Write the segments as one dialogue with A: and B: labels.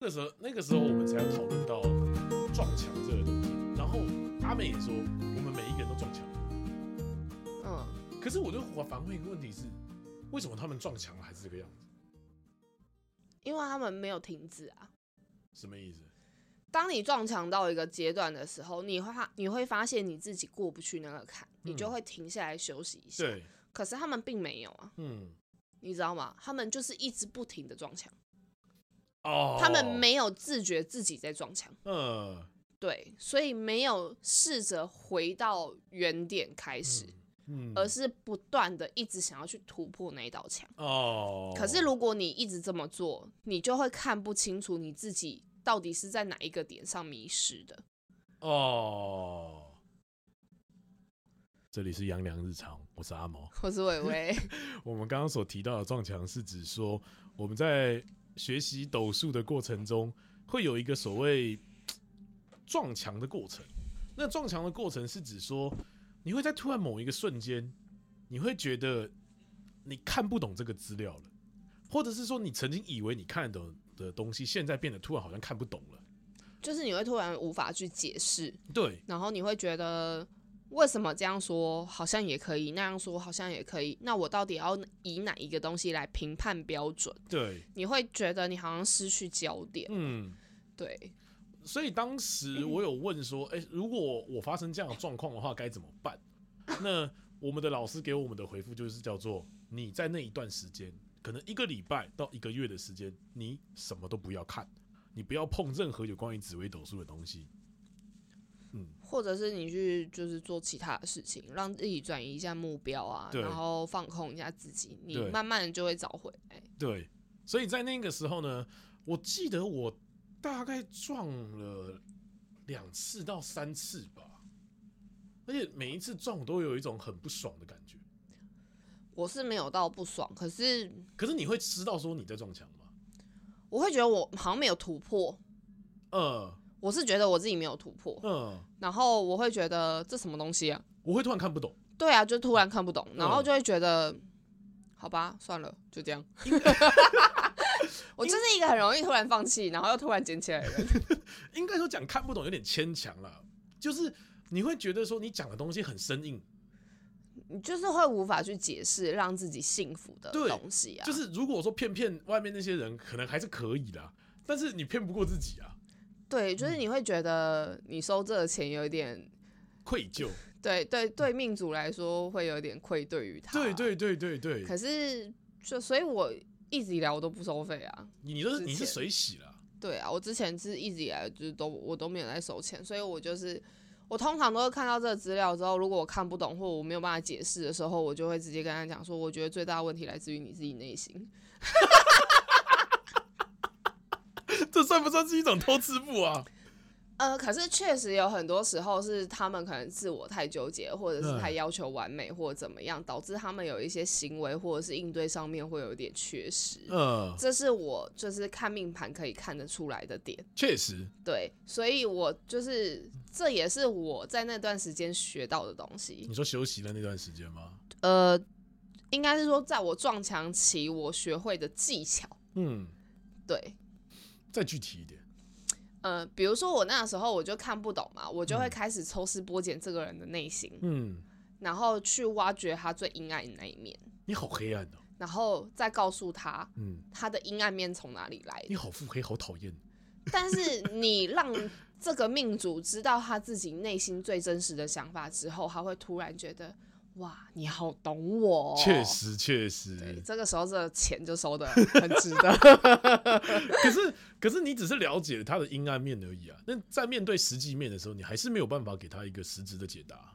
A: 个时候那个时候我们才有讨论到撞墙这个东西。然后阿美也说，我们每一个人都撞墙。
B: 嗯，
A: 可是我就反问一个问题是，为什么他们撞墙了还是这个样子？
B: 因为他们没有停止啊。
A: 什么意思？
B: 当你撞墙到一个阶段的时候，你会发你会发现你自己过不去那个坎，你就
A: 嗯
B: 会停下来休息一下。
A: 对，
B: 可是他们并没有啊，
A: 嗯，
B: 你知道吗？他们就是一直不停的撞墙，
A: 哦，
B: 他们，没有自觉自己在撞墙，
A: 呃，
B: 对，所以没有试着回到原点开始，
A: 嗯，
B: 而是不断的一直想要去突破那一道墙。
A: 哦，
B: 可是如果你一直这么做，你就会看不清楚你自己到底是在哪一个点上迷失的。
A: 哦，这里是杨良日常，我是阿毛。
B: 我是伟伟，
A: 我们刚刚所提到的撞墙，是指说我们在学习斗数的过程中，会有一个所谓嘖撞墙的过程。那撞墙的过程是指说，你会在突然某一个瞬间，你会觉得你看不懂这个资料了，或者是说你曾经以为你看得懂的东西，现在变得突然好像看不懂了。
B: 就是你会突然无法去解释，
A: 对，
B: 然后你会觉得为什么这样说好像也可以，那样说好像也可以，那我到底要以哪一个东西来评判标准？
A: 对，
B: 你会觉得你好像失去焦点，
A: 嗯。
B: 对，
A: 所以当时我有问说，哎、如果我发生这样的状况的话，该怎么办？那我们的老师给我们的回复就是叫做，你在那一段时间，可能一个礼拜到一个月的时间，你什么都不要看，你不要碰任何有关于紫微斗数的东西。嗯，
B: 或者是你去就是做其他的事情，让自己转移一下目标啊，
A: 对
B: 然后放空一下自己，你
A: 对
B: 慢慢地就会找回来。
A: 对，所以在那个时候呢，我记得我大概撞了两次到三次吧，而且每一次撞我都有一种很不爽的感觉。
B: 我是没有到不爽，可是
A: 可是你会知道说你在撞墙吗？
B: 我会觉得我好像没有突破，
A: 嗯
B: 我是觉得我自己没有突破，
A: 嗯，
B: 然后我会觉得这什么东西啊？
A: 我会突然看不懂，
B: 对啊，就突然看不懂，然后就会觉得，好吧，算了，就 这样。我就是一个很容易突然放弃，然后又突然捡起来的人。
A: 应该说讲看不懂有点牵强啦，就是你会觉得说你讲的东西很生硬，
B: 你就是会无法去解释让自己幸福的
A: 对
B: 东西啊，
A: 就是如果说骗骗外面那些人，可能还是可以啦，但是你骗不过自己啊，
B: 对，就是你会觉得你收这个钱有一点，
A: 愧 疚，
B: 对对对，命主来说会有点愧对于他，
A: 对对对对对，
B: 可是就所以，我一直以来我都不收费啊。
A: 你都是你是
B: 之前
A: 水洗啦，
B: 对啊，我之前是一直以来就是都我都没有在收钱，所以我就是我通常都会看到这个资料之后，如果我看不懂或我没有办法解释的时候，我就会直接跟他讲说，我觉得最大的问题来自于你自己内心。
A: 这算不算是一种偷吃步啊？
B: 呃，可是确实有很多时候是他们可能自我太纠结，或者是太
A: 嗯
B: 要求完美，或者怎么样，导致他们有一些行为或者是应对上面会有一点缺失。
A: 嗯，
B: 这是我就是看命盘可以看得出来的点。
A: 确实，
B: 对，所以我就是这也是我在那段时间学到的东西
A: 你。说休息的那段时间吗？
B: 呃，应该是说在我撞墙期，我学会的技巧。
A: 嗯，
B: 对，
A: 再具体一点，
B: 呃，比如说我那时候我就看不懂嘛，我就会开始抽丝剥茧这个人的内心，
A: 嗯，
B: 然后去挖掘他最阴暗的那一面，
A: 你好黑暗哦，
B: 然后再告诉他
A: 嗯，
B: 他的阴暗面从哪里来
A: 你好腹黑，好讨厌，
B: 但是你让这个命主知道他自己内心最真实的想法之后，他会突然觉得，哇，你好懂我、哦
A: 确。实确
B: 对，
A: 实，
B: 这个时候这个钱就收的很值得。
A: 可是， 可是你只是了解了他的阴暗面而已啊。那在面对实际面的时候，你还是没有办法给他一个实质的解答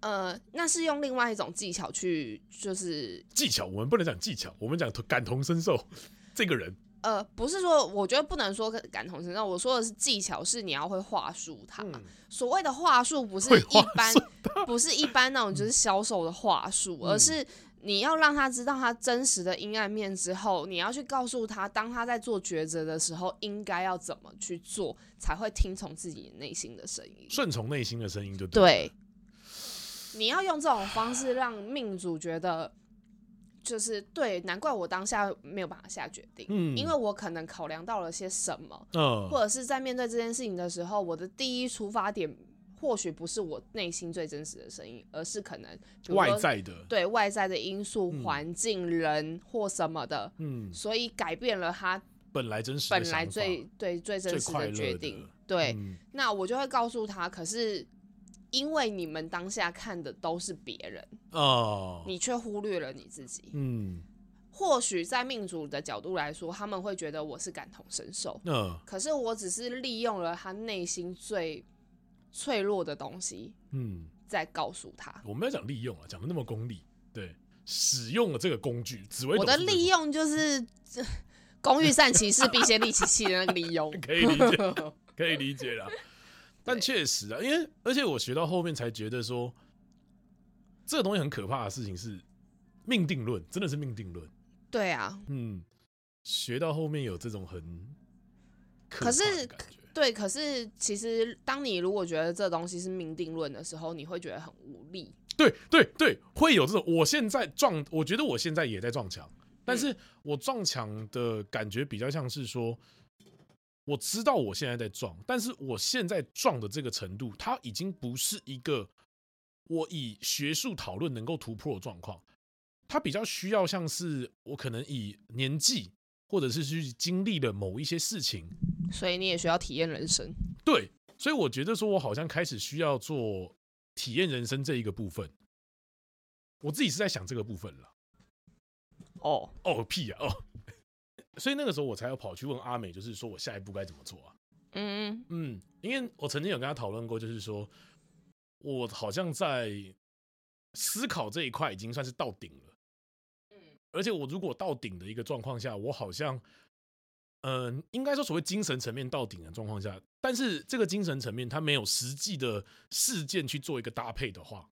B: 呃，那是用另外一种技巧去，就是
A: 技巧。我们不能讲技巧，我们讲感同身受。 这个人，
B: 呃，不是说我觉得不能说感同身受，我说的是技巧，是你要会话术它。
A: 嗯
B: 所谓的话术不是
A: 会
B: 一
A: 话
B: 般
A: 术，
B: 不是一般那种就是销售的话术，
A: 嗯
B: 而是你要让他知道他真实的阴暗面之后，你要去告诉他，当他在做抉择的时候，应该要怎么去做，才会听从自己内心的声音。
A: 顺从内心的声音就对了。
B: 对，你要用这种方式让命主觉得就是对，难怪我当下没有办法下决定，
A: 嗯
B: 因为我可能考量到了些什么，
A: 嗯
B: 或者是在面对这件事情的时候，我的第一出发点或许不是我内心最真实的声音，而是可能比如说
A: 外在的，
B: 对外在的因素、
A: 嗯
B: 环境、人或什么的，
A: 嗯，
B: 所以改变了他
A: 本来真实的
B: 本来
A: 想法
B: 最对最真
A: 最
B: 实
A: 快乐
B: 决
A: 的
B: 定。对，
A: 嗯
B: 那我就会告诉他，可是因为你们当下看的都是别人，
A: 哦，
B: 你却忽略了你自己。
A: 嗯
B: 或许在命主的角度来说，他们会觉得我是感同身受，
A: 那
B: 可是我只是利用了他内心最脆弱的东西
A: 嗯，
B: 在告诉他。
A: 我们要讲利用啊，讲的那么功利，对，使用了这个工具，紫微
B: 我
A: 斗数
B: 的
A: 这个
B: 利用就是 这“工欲善其事，必先利其器”的那个利 用。
A: 可以理解，可以理解啦。但确实啊，因为而且我学到后面才觉得说，这个东西很可怕的事情是命定论，真的是命定论。
B: 对啊，
A: 嗯，学到后面有这种很可
B: 可
A: 怕
B: 是
A: 的感觉，
B: 对，可是其实当你如果觉得这东西是命定论的时候，你会觉得很无力。
A: 对对对，会有这种。我现在撞，我觉得我现在也在撞墙，但是我撞墙的感觉比较像是说，我知道我现在在撞，但是我现在撞的这个程度，它已经不是一个我以学术讨论能够突破的状况，它比较需要像是我可能以年纪，或者是去经历了某一些事情，
B: 所以你也需要体验人生。
A: 对，所以我觉得说我好像开始需要做体验人生这一个部分。我自己是在想这个部分了。
B: 哦，
A: 哦屁啊哦， 所以那个时候我才要跑去问阿美，就是说我下一步该怎么做啊？
B: 嗯，
A: 嗯，因为我曾经有跟她讨论过，就是说我好像在思考这一块已经算是到顶了。
B: 嗯
A: 而且我如果到顶的一个状况下，我好像，嗯、应该说所谓精神层面到顶的状况下，但是这个精神层面它没有实际的事件去做一个搭配的话，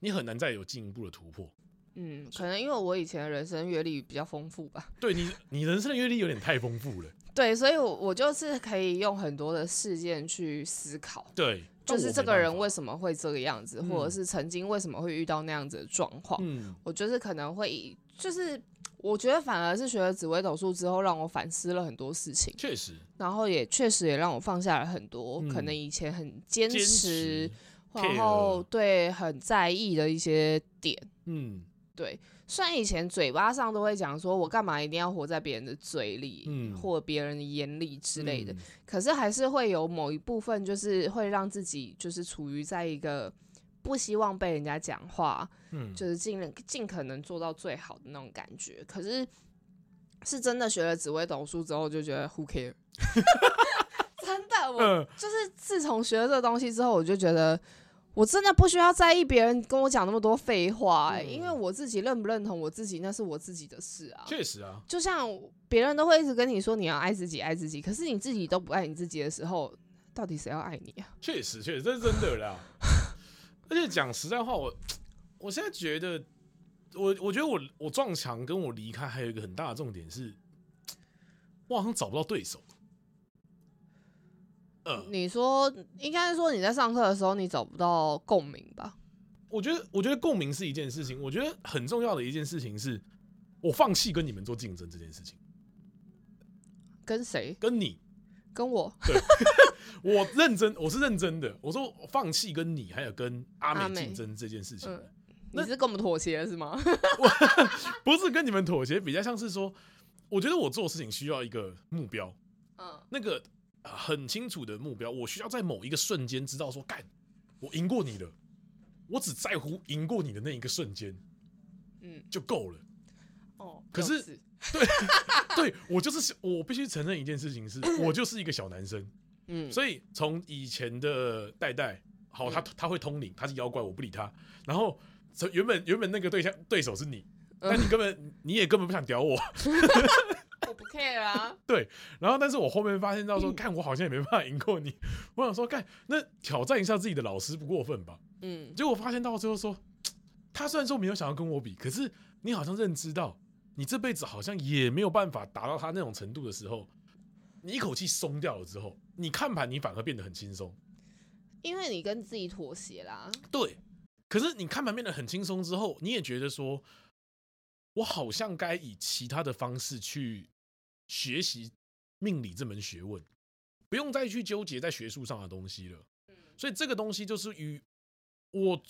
A: 你很难再有进一步的突破。
B: 嗯，可能因为我以前的人生阅历比较丰富吧，
A: 对你，你人生的阅历有点太丰富了。
B: 对，所以我我就是可以用很多的事件去思考，
A: 对，但
B: 就
A: 我
B: 是
A: 没
B: 这个人
A: 办法
B: 为什么会这个样子，
A: 嗯
B: 或者是曾经为什么会遇到那样子的状况，
A: 嗯，
B: 我就是可能会以，就是我觉得反而是学了紫微斗数之后，让我反思了很多事情，
A: 确实
B: 然后也确实也让我放下了很多、
A: 嗯
B: 可能以前很坚
A: 坚
B: 持
A: 持，，
B: 然后
A: care
B: 对很在意的一些点。
A: 嗯
B: 对，虽然以前嘴巴上都会讲说我干嘛一定要活在别人的嘴里，
A: 嗯
B: 或别人的眼里之类的，
A: 嗯
B: 可是还是会有某一部分，就是会让自己就是处于在一个不希望被人家讲话，
A: 嗯，
B: 就是尽能尽可能做到最好的那种感觉。可是是真的学了紫微斗数之后，就觉得 who care，真的，我
A: 嗯
B: 就是自从学了这个东西之后，我就觉得我真的不需要在意别人跟我讲那么多废话、欸，
A: 嗯
B: 因为我自己认不认同我自己，那是我自己的事啊。
A: 确实啊，
B: 就像别人都会一直跟你说你要爱自己，爱自己，可是你自己都不爱你自己的时候，到底谁要爱你啊？
A: 确实，确实，这是真的啦。 而且讲实在话，我我现在觉得，我我觉得我我撞墙跟我离开还有一个很大的重点是，我好像找不到对手。呃，
B: 你说应该是说你在上课的时候你找不到共鸣吧？
A: 我觉得我觉得共鸣是一件事情，我觉得很重要的一件事情是，我放弃跟你们做竞争这件事情，
B: 跟谁？
A: 跟你
B: 跟我
A: 我认真，我是认真的，我说我放弃跟你还有跟阿
B: 阿
A: 美
B: 美
A: 竞争这件事情。
B: 嗯你
A: 那
B: 是跟我们妥协了是吗？
A: 不是跟你们妥协，比较像是说，我觉得我做事情需要一个目标，
B: 嗯，
A: 那个呃很清楚的目标，我需要在某一个瞬间知道说，干，我赢过你了，我只在乎赢过你的那一个瞬间，
B: 嗯，
A: 就够了。
B: 哦，
A: 可是
B: 幼稚
A: 对我就是我必须承认一件事情是，我就是一个小男生，
B: 嗯，
A: 所以从以前的代代，好，他他会通灵，他是妖怪，我不理他。然后从原本原本那个对象对手是你，但你根本你也根本不想屌我。
B: 我不 care 啊。
A: 然后，但是我后面发现到说，看我好像也没办法赢过你。 我想说，看那挑战一下自己的老师不过分吧？
B: 嗯，
A: 结果发现到最后说，嘖他虽然说没有想要跟我比，可是你好像认知到，你这辈子好像也没有办法达到他那种程度的时候，你一口气松掉了之后，你看盘你反而变得很轻松。
B: 因为你跟自己妥协啦。
A: 对，可是你看盘变得很轻松之后，你也觉得说，我好像该以其他的方式去学习命理这门学问，不用再去纠结在学术上的东西了。所以这个东西就是与我，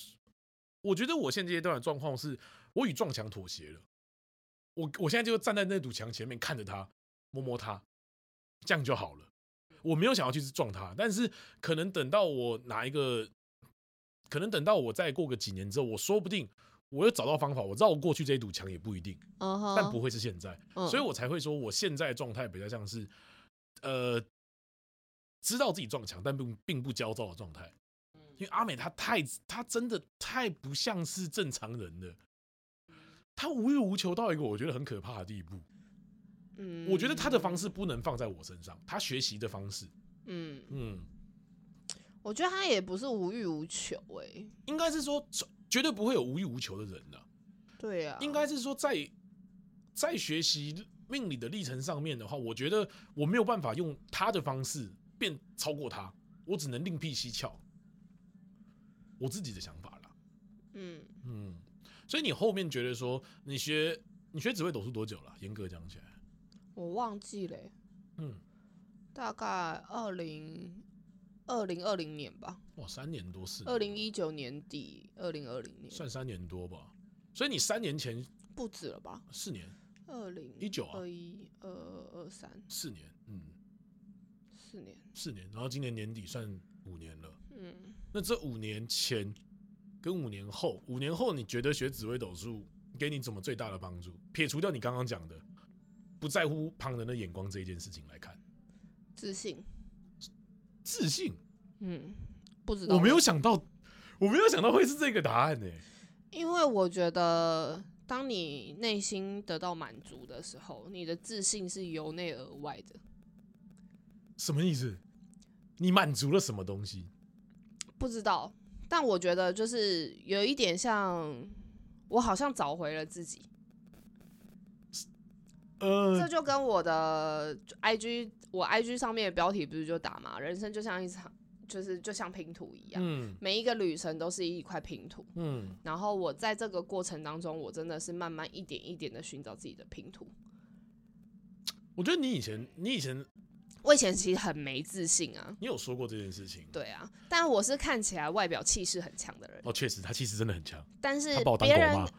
A: 我觉得我现阶段的状况是，我与撞墙妥协了。我我现在就站在那堵墙前面，看着它，摸摸它，这样就好了。我没有想要去撞它，但是可能等到我拿一个，可能等到我再过个几年之后，我说不定我又找到方法，我绕过去这一堵墙也不一定，
B: 嗯哼，
A: 但不会是现在，
B: 嗯
A: 所以我才会说我现在的状态比较像是，呃，知道自己撞墙，但并并不焦躁的状态。
B: 嗯
A: 因为阿美她太她真的太不像是正常人了，她无欲无求到一个我觉得很可怕的地步。
B: 嗯
A: 我觉得他的方式不能放在我身上，他学习的方式，
B: 嗯，
A: 嗯，
B: 我觉得他也不是无欲无求哎、
A: 应该是说绝对不会有无欲无求的人了。
B: 对啊，
A: 应该是说在在学习命理的历程上面的话，我觉得我没有办法用他的方式变超过他，我只能另辟蹊跷。我自己的想法啦，
B: 嗯，
A: 嗯，所以你后面觉得说你学你学紫微斗数多久了？严格讲起来，
B: 我忘记了欸、
A: 嗯，
B: 大概二零二零二零年吧，
A: 哇，三年多四年多，
B: 二零一九年底，二零二零年
A: 算三年多吧。所以你三年前
B: 不止了吧？
A: 四年
B: 二零
A: 19啊
B: 二一二二二三
A: 四年，嗯，
B: 四年，
A: 四年，然后今年年底算五年了。
B: 嗯，
A: 那这五年前跟五年后，五年后你觉得学紫微斗数给你怎么最大的帮助？撇除掉你刚刚讲的不在乎旁人的眼光这一件事情来看，
B: 自信，
A: 自信，
B: 嗯，不知道
A: 我没有
B: 为
A: 想到，我没有想到会是这个答案呢、
B: 因为我觉得，当你内心得到满足的时候，你的自信是由内而外的。
A: 什么意思？你满足了什么东西？
B: 不知道，但我觉得就是有一点像，我好像找回了自己。这
A: 呃，
B: 就跟我的 IG，我 IG 上面的标题不是就打嘛，人生就像一场，就是就像拼图一样，
A: 嗯
B: 每一个旅程都是一块拼图。
A: 嗯，
B: 然后我在这个过程当中，我真的是慢慢一点一点的寻找自己的拼图。
A: 我觉得你以前，你以前
B: 我以前其实很没自信啊，
A: 你有说过这件事情，
B: 对啊，但我是看起来外表气势很强的人，
A: 哦，确实，他气势真的很强，
B: 但是
A: 他把我当
B: 别
A: 狗
B: 人
A: 骂。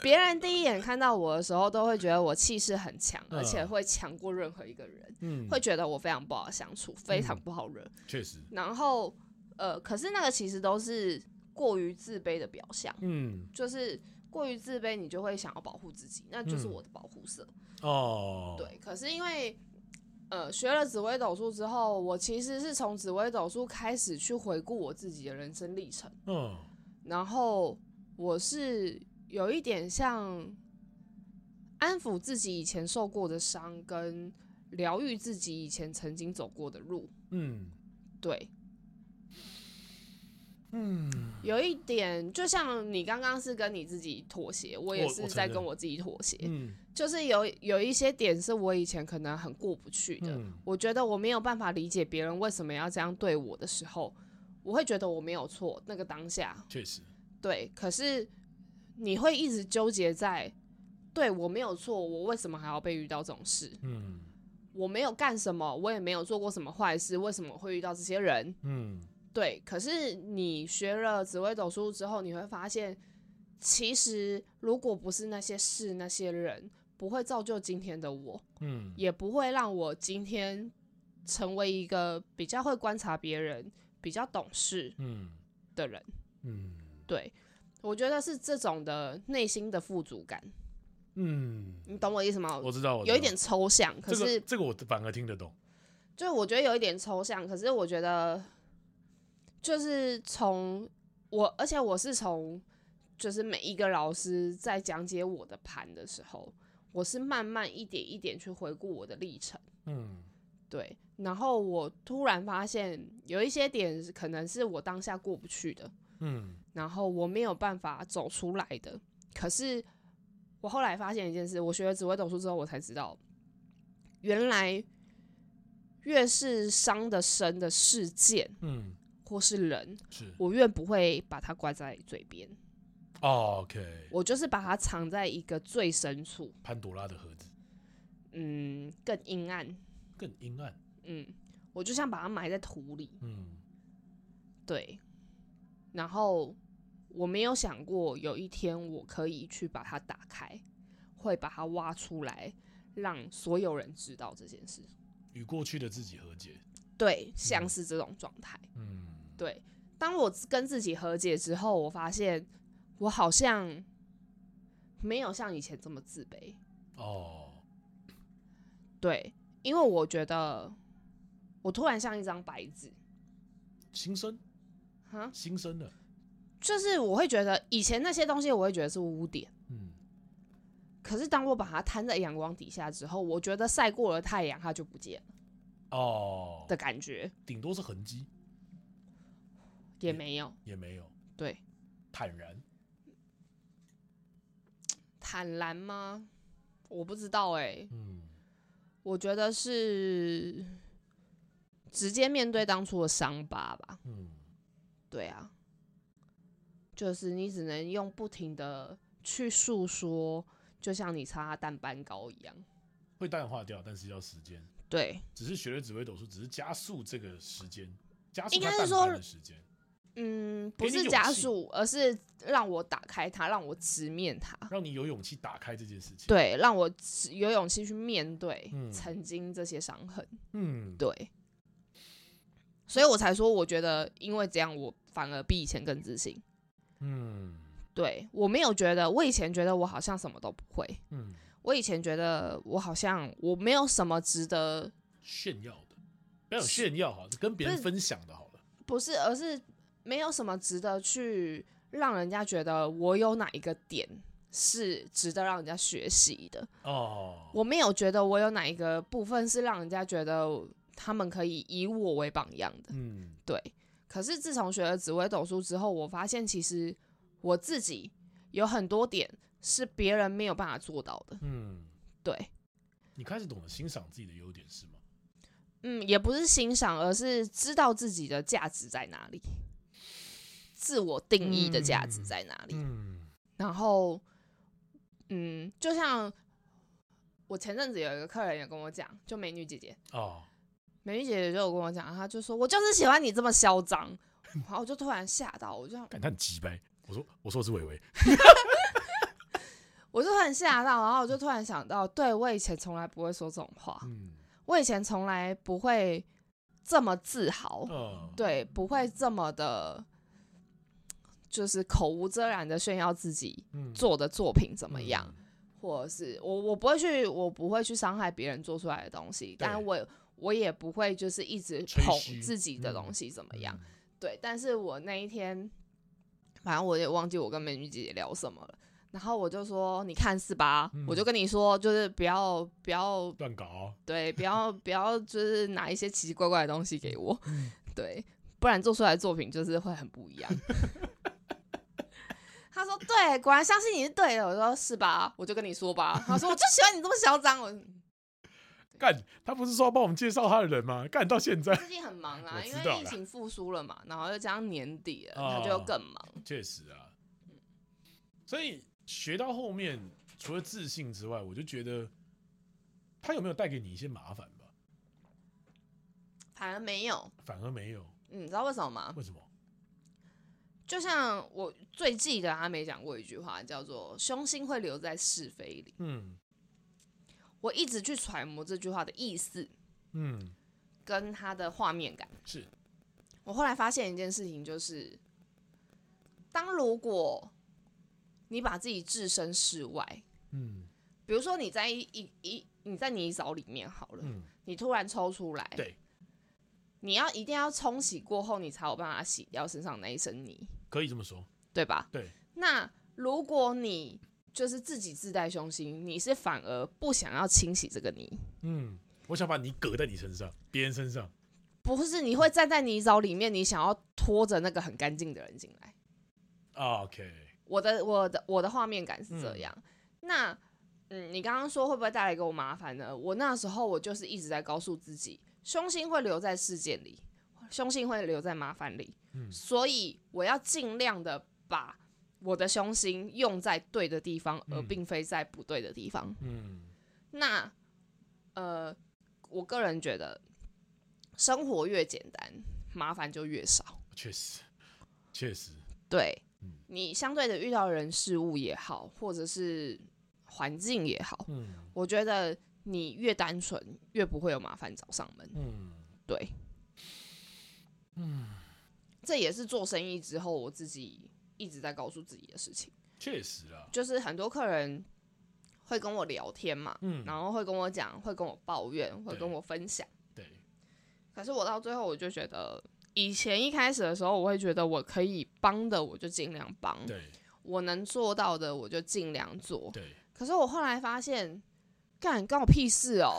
B: 别人第一眼看到我的时候，都会觉得我气势很强，
A: 嗯
B: 而且会强过任何一个人，
A: 嗯，
B: 会觉得我非常不好相处，非常不好惹。
A: 确实，
B: 然后，呃，可是那个其实都是过于自卑的表象，
A: 嗯，
B: 就是过于自卑，你就会想要保护自己，那就是
A: 嗯
B: 我的保护色。
A: 哦，，
B: 对，可是因为。呃，学了紫微斗数之后，我其实是从紫微斗数开始去回顾我自己的人生历程。
A: 嗯，
B: 然后我是有一点像安抚自己以前受过的伤，跟疗愈自己以前曾经走过的路。
A: 嗯，
B: 对，嗯，有一点就像你刚刚是跟你自己妥协，我也
A: 我
B: 是
A: 我承
B: 在
A: 认
B: 跟我自己妥协，
A: 嗯，
B: 就是有有一些点是我以前可能很过不去的。
A: 嗯，
B: 我觉得我没有办法理解别人为什么要这样对我的时候，我会觉得我没有错。那个当下，
A: 确实，
B: 对，可是你会一直纠结在，对我没有错，我为什么还要被遇到这种事？
A: 嗯
B: 我没有干什么，我也没有做过什么坏事，为什么会遇到这些人？
A: 嗯，
B: 对，可是你学了紫微斗数之后，你会发现，其实如果不是那些事、那些人，不会造就今天的我，
A: 嗯，
B: 也不会让我今天成为一个比较会观察别人、比较懂事
A: 嗯，
B: 的人。
A: 嗯，
B: 对，我觉得是这种的内心的富足感，
A: 嗯，
B: 你懂我意思吗？
A: 我知道，我知道
B: 有一点抽象，可
A: 这
B: 是
A: 个这个我反而听得懂，
B: 就我觉得有一点抽象，可是我觉得就是从我，而且我是从就是每一个老师在讲解我的盘的时候，我是慢慢一点一点去回顾我的历程。
A: 嗯
B: 对，然后我突然发现有一些点是可能是我当下过不去的，
A: 嗯
B: 然后我没有办法走出来的。可是我后来发现一件事，我学了紫微斗数之后，我才知道，原来越是伤的深的事件
A: 嗯，
B: 或是人，
A: 是
B: 我越不会把它挂在嘴边。
A: 哦 OK，
B: 我就是把它藏在一个最深处，
A: 潘多拉的盒子
B: 嗯，更阴暗，
A: 更阴暗。
B: 嗯，我就像把它埋在土里，
A: 嗯，
B: 对。然后我没有想过有一天我可以去把它打开，会把它挖出来，让所有人知道这件事。
A: 与过去的自己和解。
B: 对，像是这种状态。
A: 嗯，
B: 对，当我跟自己和解之后，我发现我好像没有像以前这么自卑。
A: 哦，
B: 对，因为我觉得我突然像一张白纸，
A: 新生，
B: 哈，
A: 新生了。
B: 就是我会觉得以前那些东西，我会觉得是污点。
A: 嗯，
B: 可是当我把它摊在阳光底下之后，我觉得晒过了太阳，它就不见了
A: 哦，
B: 的感觉
A: 顶多是痕迹，
B: 也没有。
A: 也没有
B: 对，
A: 坦然。
B: 坦然吗？我不知道哎、
A: 嗯，
B: 我觉得是直接面对当初的伤疤吧。
A: 嗯，
B: 对啊，就是你只能用不停的去诉说，就像你擦淡斑膏一样。
A: 会淡化掉，但是要时间。
B: 对，
A: 只是学了紫微斗数，只是加速这个时间，加速
B: 应该
A: 它
B: 是
A: 淡
B: 说
A: 淡的时间，
B: 嗯，不
A: 给你
B: 是
A: 勇
B: 加
A: 气
B: 速，而是让我打开它，让我直面它。
A: 让你有勇气打开这件事情。，
B: 对，让我直有勇气去面对
A: 嗯
B: 曾经这些伤痕。
A: 嗯，
B: 对，所以我才说，我觉得因为这样，我反而比以前更自信。
A: 嗯，
B: 对我没有觉得，我以前觉得我好像什么都不会，
A: 嗯，
B: 我以前觉得我好像我没有什么值得，
A: 炫耀的，不要有炫耀哈，跟别人
B: 不是
A: 分享的好了。
B: 不是，而是没有什么值得去让人家觉得我有哪一个点是值得让人家学习的。
A: 哦，
B: 我没有觉得我有哪一个部分是让人家觉得他们可以以我为榜样的。
A: 嗯，
B: 对，可是自从学了紫微斗数之后，我发现其实我自己有很多点是别人没有办法做到的。
A: 嗯，
B: 对，
A: 你开始懂得欣赏自己的优点是吗？
B: 嗯，也不是欣赏，而是知道自己的价值在哪里，自我定义的价值
A: 嗯
B: 在哪里。
A: 嗯
B: 然后，嗯，就像我前阵子有一个客人也跟我讲，就美女姐姐，
A: 哦，
B: 美女姐姐就有跟我讲，她就说我就是喜欢你这么嚣张，然后我就突然吓到，我就想
A: 感叹鸡掰。我说我说我是伟伟，
B: 我就很吓到，然后我就突然想到，对我以前从来不会说这种话，
A: 嗯，
B: 我以前从来不会这么自豪，
A: 哦，
B: 对，不会这么的，就是口无遮拦的炫耀自己
A: 嗯
B: 做的作品怎么样，？或者是我我不会去，我不会去伤害别人做出来的东西，但我我也不会就是一直
A: 吹
B: 捧
A: 嘘
B: 自己的
A: 嗯
B: 东西怎么
A: 嗯
B: 样，？对，但是我那一天，反正我也忘记我跟美女姐姐聊什么了。然后我就说，你看是吧？
A: 嗯
B: 我就跟你说，就是不要不要
A: 乱搞，哦
B: 对，不要不要，就是拿一些奇奇怪怪的东西给我，
A: 嗯
B: 对，不然做出来的作品就是会很不一 样。他说：“对，果然相信你是对的。”我说：“是吧？”我就跟你说吧。他说：“我就喜欢你这么嚣张。”我
A: 干！他不是说要帮我们介绍他的人吗？干到现在，
B: 最近很忙
A: 我
B: 啊，因
A: 知道
B: 为疫
A: 啦
B: 情复苏了嘛，然后又加上年底了，
A: 哦
B: 他就更忙。
A: 确实啊。所以学到后面，除了自信之外，我就觉得他有没有带给你一些麻烦吧？
B: 反而没有，
A: 反而没有，
B: 嗯你知道为什么吗？
A: 为什么？
B: 就像我最记得阿美讲过一句话，叫做“凶心会留在是非里
A: 嗯”。
B: 我一直去揣摩这句话的意思
A: 嗯，
B: 跟它的画面感。
A: 是
B: 我后来发现一件事情，就是当如果你把自己置身事外，
A: 嗯
B: 比如说你在一一一你在泥沼里面好了，
A: 嗯，
B: 你突然抽出来，
A: 对，
B: 你要一定要冲洗过后，你才有办法洗掉身上那一身泥。
A: 可以这么说。
B: 对吧？
A: 对。
B: 那如果你就是自己自带凶心，你是反而不想要清洗这个泥，
A: 嗯，我想把你搁在你身上，别人身上。
B: 不是你会站在泥沼里面，你想要拖着那个很干净的人进来。
A: 啊 OK，
B: 我的我的我的画面感是这样。那嗯，你刚刚说会不会带来给我麻烦呢？我那时候我就是一直在告诉自己，凶心会留在事件里，凶心会留在麻烦里，所以我要尽量的把我的胸心用在对的地方，而
A: 嗯
B: 并非在不对的地方。
A: 嗯
B: 那呃，我个人觉得，生活越简单，麻烦就越少。
A: 确实，确实，
B: 对
A: 嗯
B: 你相对的遇到人事物也好，或者是环境也好，
A: 嗯
B: 我觉得你越单纯，越不会有麻烦找上门。
A: 嗯
B: 对，嗯，这也是做生意之后我自己一直在告诉自己的事情，
A: 确实啊啦，
B: 就是很多客人会跟我聊天嘛，
A: 嗯，
B: 然后会跟我讲，会跟我抱怨，会
A: 对
B: 跟我分享。
A: 对，
B: 可是我到最后，我就觉得，以前一开始的时候，我会觉得我可以帮的，我就尽量帮；
A: 对嗯
B: 我能做到的，我就尽量做。
A: 对，
B: 可是我后来发现，干干我屁事 哦！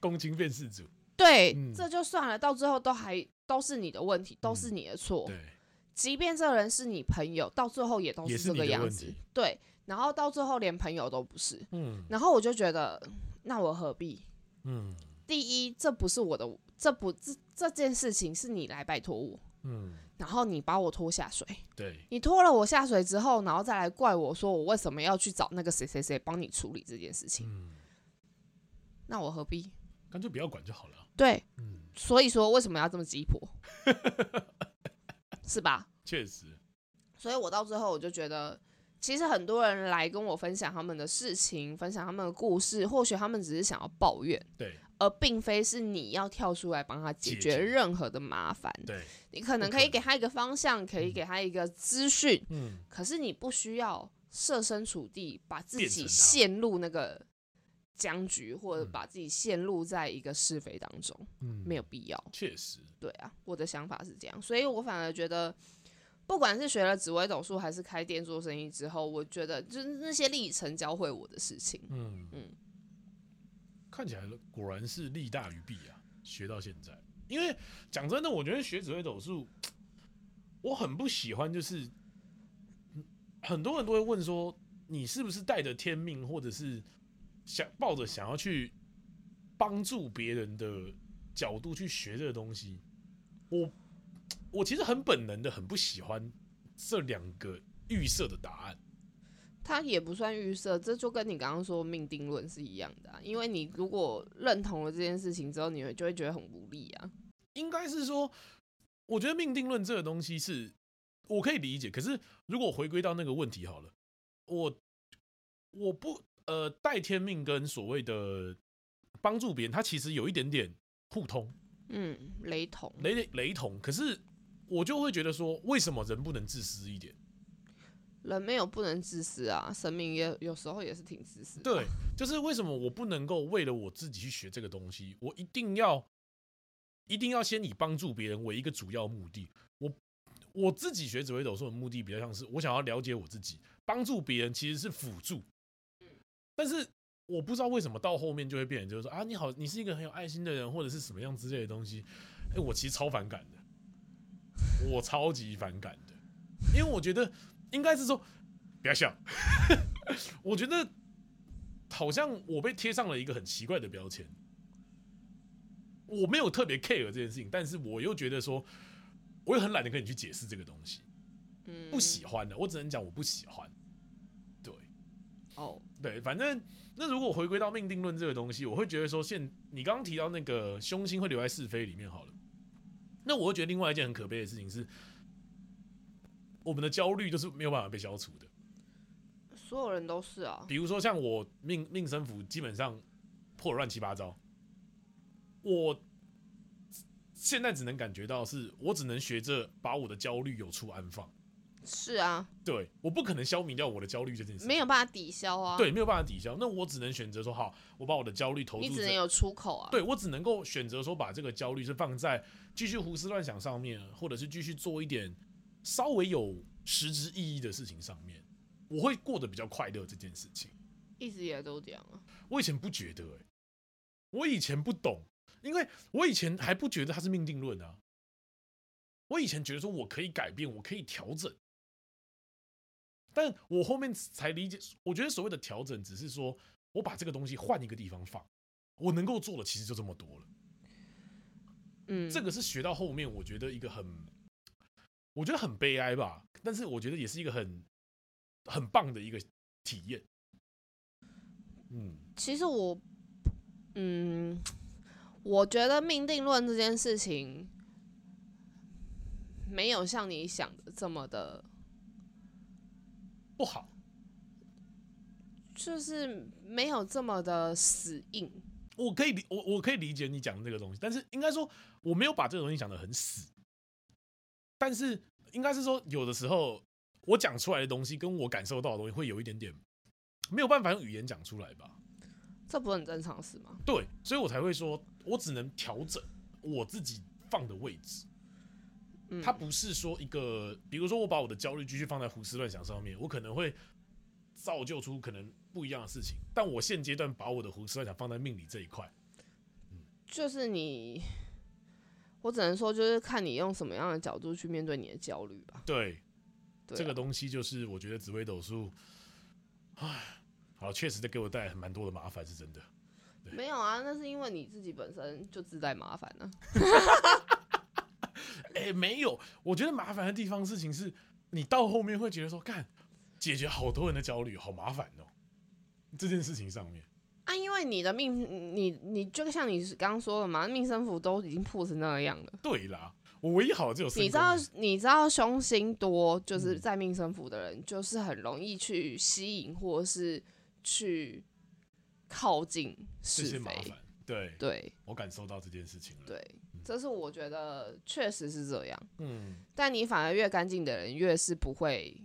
A: 公斤变事主，
B: 对，
A: 嗯
B: 这就算了，到最后都还都是你的问题，都是你的错。
A: 对，
B: 即便这人是你朋友，到最后也都
A: 也是
B: 这
A: 你
B: 个
A: 的
B: 样
A: 问
B: 子
A: 题。
B: 对，然后到最后连朋友都不是，
A: 嗯
B: 然后我就觉得，那我何必？
A: 嗯
B: 第一，这不是我的，这不这这件事情是你来拜托我，
A: 嗯，
B: 然后你把我拖下水，
A: 对
B: 你拖了我下水之后，然后再来怪我说我为什么要去找那个谁谁谁帮你处理这件事情，
A: 嗯，
B: 那我何必？
A: 干脆不要管就好了，
B: 对，
A: 嗯，
B: 所以说为什么要这么鸡婆， 是吧？
A: 确实，
B: 所以我到最后我就觉得，其实很多人来跟我分享他们的事情，分享他们的故事，或许他们只是想要抱怨，
A: 对
B: 而并非是你要跳出来帮他解
A: 解
B: 决
A: 决
B: 任何的麻烦。
A: 对，
B: 你可能
A: 不
B: 可
A: 可
B: 以给他一个方向，可以给他一个资讯，
A: 嗯，
B: 可是你不需要设身处地把自
A: 变成
B: 己
A: 他
B: 陷入那个僵局，或者
A: 嗯
B: 把自己陷入在一个是非当中，
A: 嗯
B: 没有，必要。
A: 确实，
B: 对啊，我的想法是这样，所以我反而觉得，不管是学了紫微斗数，还是开店做生意之后，我觉得就是那些历程教会我的事情。
A: 嗯
B: 嗯
A: 看起来果然是利大于弊啊，学到现在。因为讲真的，我觉得学紫微斗数，我很不喜欢，就是嗯很多人都会问说，你是不是带着天命，或者是想抱着想要去帮助别人的角度去学这个东西。我我其实很本能的很不喜欢这两个预设的答案。
B: 它也不算预设，这就跟你刚刚说命定论是一样的、啊，因为你如果认同了这件事情之后，你会就会觉得很无力啊。
A: 应该是说，我觉得命定论这个东西是我可以理解，可是如果回归到那个问题好了，我我不呃带天命跟所谓的帮助别人，它其实有一点点互通
B: 嗯，雷同。
A: 雷雷同，可是我就会觉得说，为什么人不能自私一点？
B: 人没有不能自私啊，神明也有时候也是挺自私的。
A: 对，就是为什么我不能够为了我自己去学这个东西，我一定要一定要先以帮助别人为一个主要目的。我我自己学紫微斗数的目的比较像是我想要了解我自己，帮助别人其实是辅助。但是我不知道为什么到后面就会变成就是说啊，你好，你是一个很有爱心的人，或者是什么样之类的东西。哎、我其实超反感的，我超级反感的，因为我觉得应该是说不要笑， 我觉得好像我被贴上了一个很奇怪的标签。我没有特别 care 这件事情，但是我又觉得说，我又很懒得跟你去解释这个东西，
B: 嗯，
A: 不喜欢啊的，我只能讲我不喜欢。对
B: 哦，
A: 对，反正那如果回归到命定论这个东西，我会觉得说现你刚刚提到那个凶星会留在是非里面好了，那我会觉得另外一件很可悲的事情是，我们的焦虑就是没有办法被消除的。
B: 所有人都是啊。
A: 比如说像我命命生符，基本上破得乱七八糟，我现在只能感觉到是，我只能学着把我的焦虑有处安放。
B: 是啊，
A: 对，我不可能消弭掉我的焦虑这件事，
B: 没有办法抵消啊。，
A: 对，没有办法抵消。那我只能选择说，好，我把我的焦虑投
B: 你
A: 注
B: 只能
A: 在，
B: 有出口啊。
A: 对我只能够选择说，把这个焦虑是放在继续胡思乱想上面，或者是继续做一点稍微有实质意义的事情上面，我会过得比较快乐这件事情。
B: 一直以来都这样啊。
A: 我以前不觉得、欸，我以前不懂，因为我以前还不觉得它是命定论啊。我以前觉得说我可以改变，我可以调整，但我后面才理解，我觉得所谓的调整，只是说我把这个东西换一个地方放，我能够做的其实就这么多了。
B: 嗯，
A: 这个是学到后面，我觉得一个很，我觉得很悲哀吧，但是我觉得也是一个很很棒的一个体验。嗯，
B: 其实我，嗯，我觉得命定论这件事情没有像你想的这么的，
A: 不好
B: 就是没有这么的死硬。
A: 我可以理我我可以理解你讲的这个东西，但是应该说我没有把这个东西讲的很死，但是应该是说有的时候我讲出来的东西跟我感受到的东西会有一点点没有办法用语言讲出来吧？
B: 这不是很正常的事吗？
A: 对，所以我才会说我只能调整我自己放的位置。
B: 嗯，
A: 它不是说一个，比如说我把我的焦虑继续放在胡思乱想上面，我可能会造就出可能不一样的事情。但我现阶段把我的胡思乱想放在命理这一块，
B: 就是你，我只能说就是看你用什么样的角度去面对你的焦虑吧。
A: 对
B: 对啊、
A: 这个东西就是我觉得紫微斗数，唉，好，确实在给我带来蛮多的麻烦，是真的。
B: 没有啊，那是因为你自己本身就自带麻烦啊呢、
A: 哎、没有，我觉得麻烦的地方事情是，你到后面会觉得说，干解决好多人的焦虑，好麻烦哦。这件事情上面，
B: 啊，因为你的命，你你就像你刚刚说的嘛，命生符都已经破成那样了。
A: 对啦，我唯一好的只有
B: 你
A: 身
B: 知道
A: 宫，
B: 你知道凶星多，就是
A: 嗯
B: 在命生符的人，就是很容易去吸引或是去靠近
A: 这些
B: 是
A: 麻
B: 非。
A: 烦，对
B: 对
A: 我感受到这件事情了。
B: 对，这是我觉得确实是这样。
A: 嗯，
B: 但你反而越干净的人，越是不会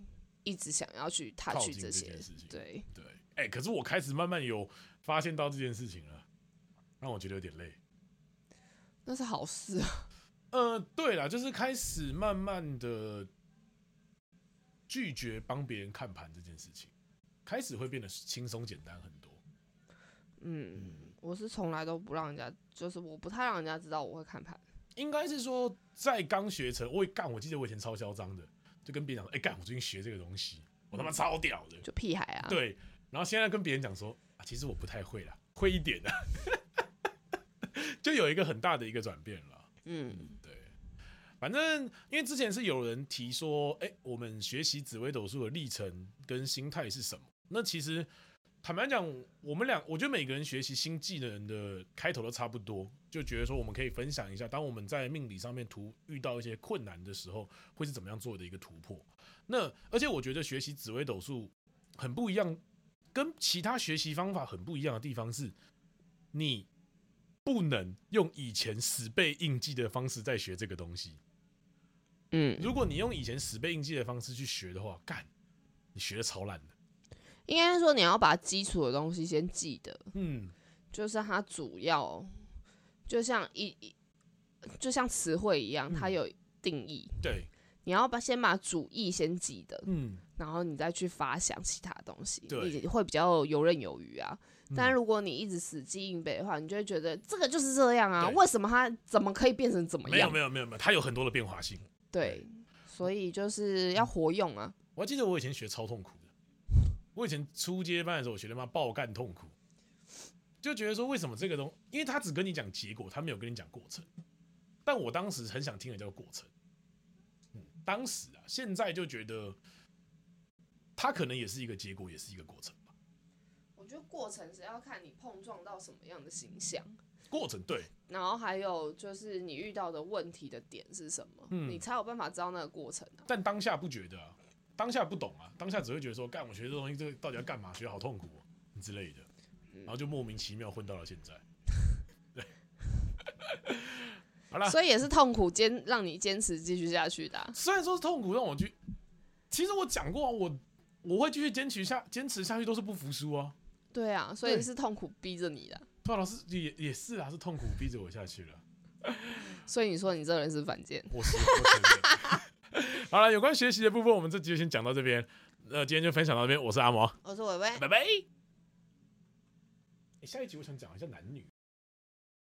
B: 一直想要去
A: 靠
B: touch
A: 近
B: 这
A: 这
B: 些
A: 件事情。
B: 对，
A: 对，哎、可是我开始慢慢有发现到这件事情了，让我觉得有点累。
B: 那是好事 啊。
A: 呃，对啦，就是开始慢慢的拒绝帮别人看盘这件事情，开始会变得轻松简单很多。
B: 嗯，我是从来都不让人家，就是我不太让人家知道我会看盘。
A: 应该是说，在刚学成，我也干，我记得我以前超嚣张的，就跟别人讲说，哎、干，我最近学这个东西，我他妈超屌的。
B: 就屁孩啊。，
A: 对，然后现在跟别人讲说啊，其实我不太会啦，会一点的， 就有一个很大的一个转变了。
B: 嗯，
A: 反正因为之前是有人提说，哎、我们学习紫微斗数的历程跟心态是什么？那其实坦白讲，我们俩我觉得每个人学习新技能的开头都差不多，就觉得说我们可以分享一下，当我们在命理上面突遇到一些困难的时候，会是怎么样做的一个突破。那而且我觉得学习紫微斗数很不一样，跟其他学习方法很不一样的地方是，你不能用以前死背硬记的方式在学这个东西。
B: 嗯，
A: 如果你用以前死背硬记的方式去学的话，干，你学的超烂 的。
B: 应该是说你要把基础的东西先记得，
A: 嗯，
B: 就是它主要，就像一一，就像词汇一样，
A: 嗯
B: 它有定义。
A: 对，
B: 你要把先把主意先记得，
A: 嗯，
B: 然后你再去发想其他东西，
A: 对
B: 你会比较游刃有余啊。
A: 嗯
B: 但如果你一直死记硬背的话，你就会觉得这个就是这样啊，
A: 对
B: 为什么它怎么可以变成怎么
A: 没有
B: 样？
A: 没有没有没有，它有很多的变化性。
B: 对，所以就是要活用啊。
A: 我还记得我以前学超痛苦的，我以前初阶班的时候，我学他妈爆干痛苦，就觉得说为什么这个东，因为他只跟你讲结果，他没有跟你讲过程。但我当时很想听的叫过程，嗯，当时啊，现在就觉得，它可能也是一个结果，也是一个过程吧。
B: 我觉得过程是要看你碰撞到什么样的形象，
A: 过程对，
B: 然后还有就是你遇到的问题的点是什么，
A: 嗯
B: 你才有办法知道那个过程啊。
A: 但当下不觉得啊，当下不懂啊，当下只会觉得说，干我学这东西，这到底要干嘛？学好痛苦、哦之类的，然后就莫名其妙混到了现在。对，好啦，
B: 所以也是痛苦坚让你坚持继续下去的啊、
A: 虽然说是痛苦，但我去，其实我讲过、啊，我我会继续坚持下，坚持下去都是不服输啊。
B: 对啊，所
A: 对
B: 以是痛苦逼着你的啊、
A: 对啊，老师也也是啊，是痛苦逼着我下去了。
B: 所以你说你这个人是反贱。
A: 我是我承认 好了，有关学习的部分，我们这集就先讲到这边。那今天就分享到这边，我是阿毛，
B: 我是伟伟，
A: 哎拜拜。欸下一集我想讲一下男女。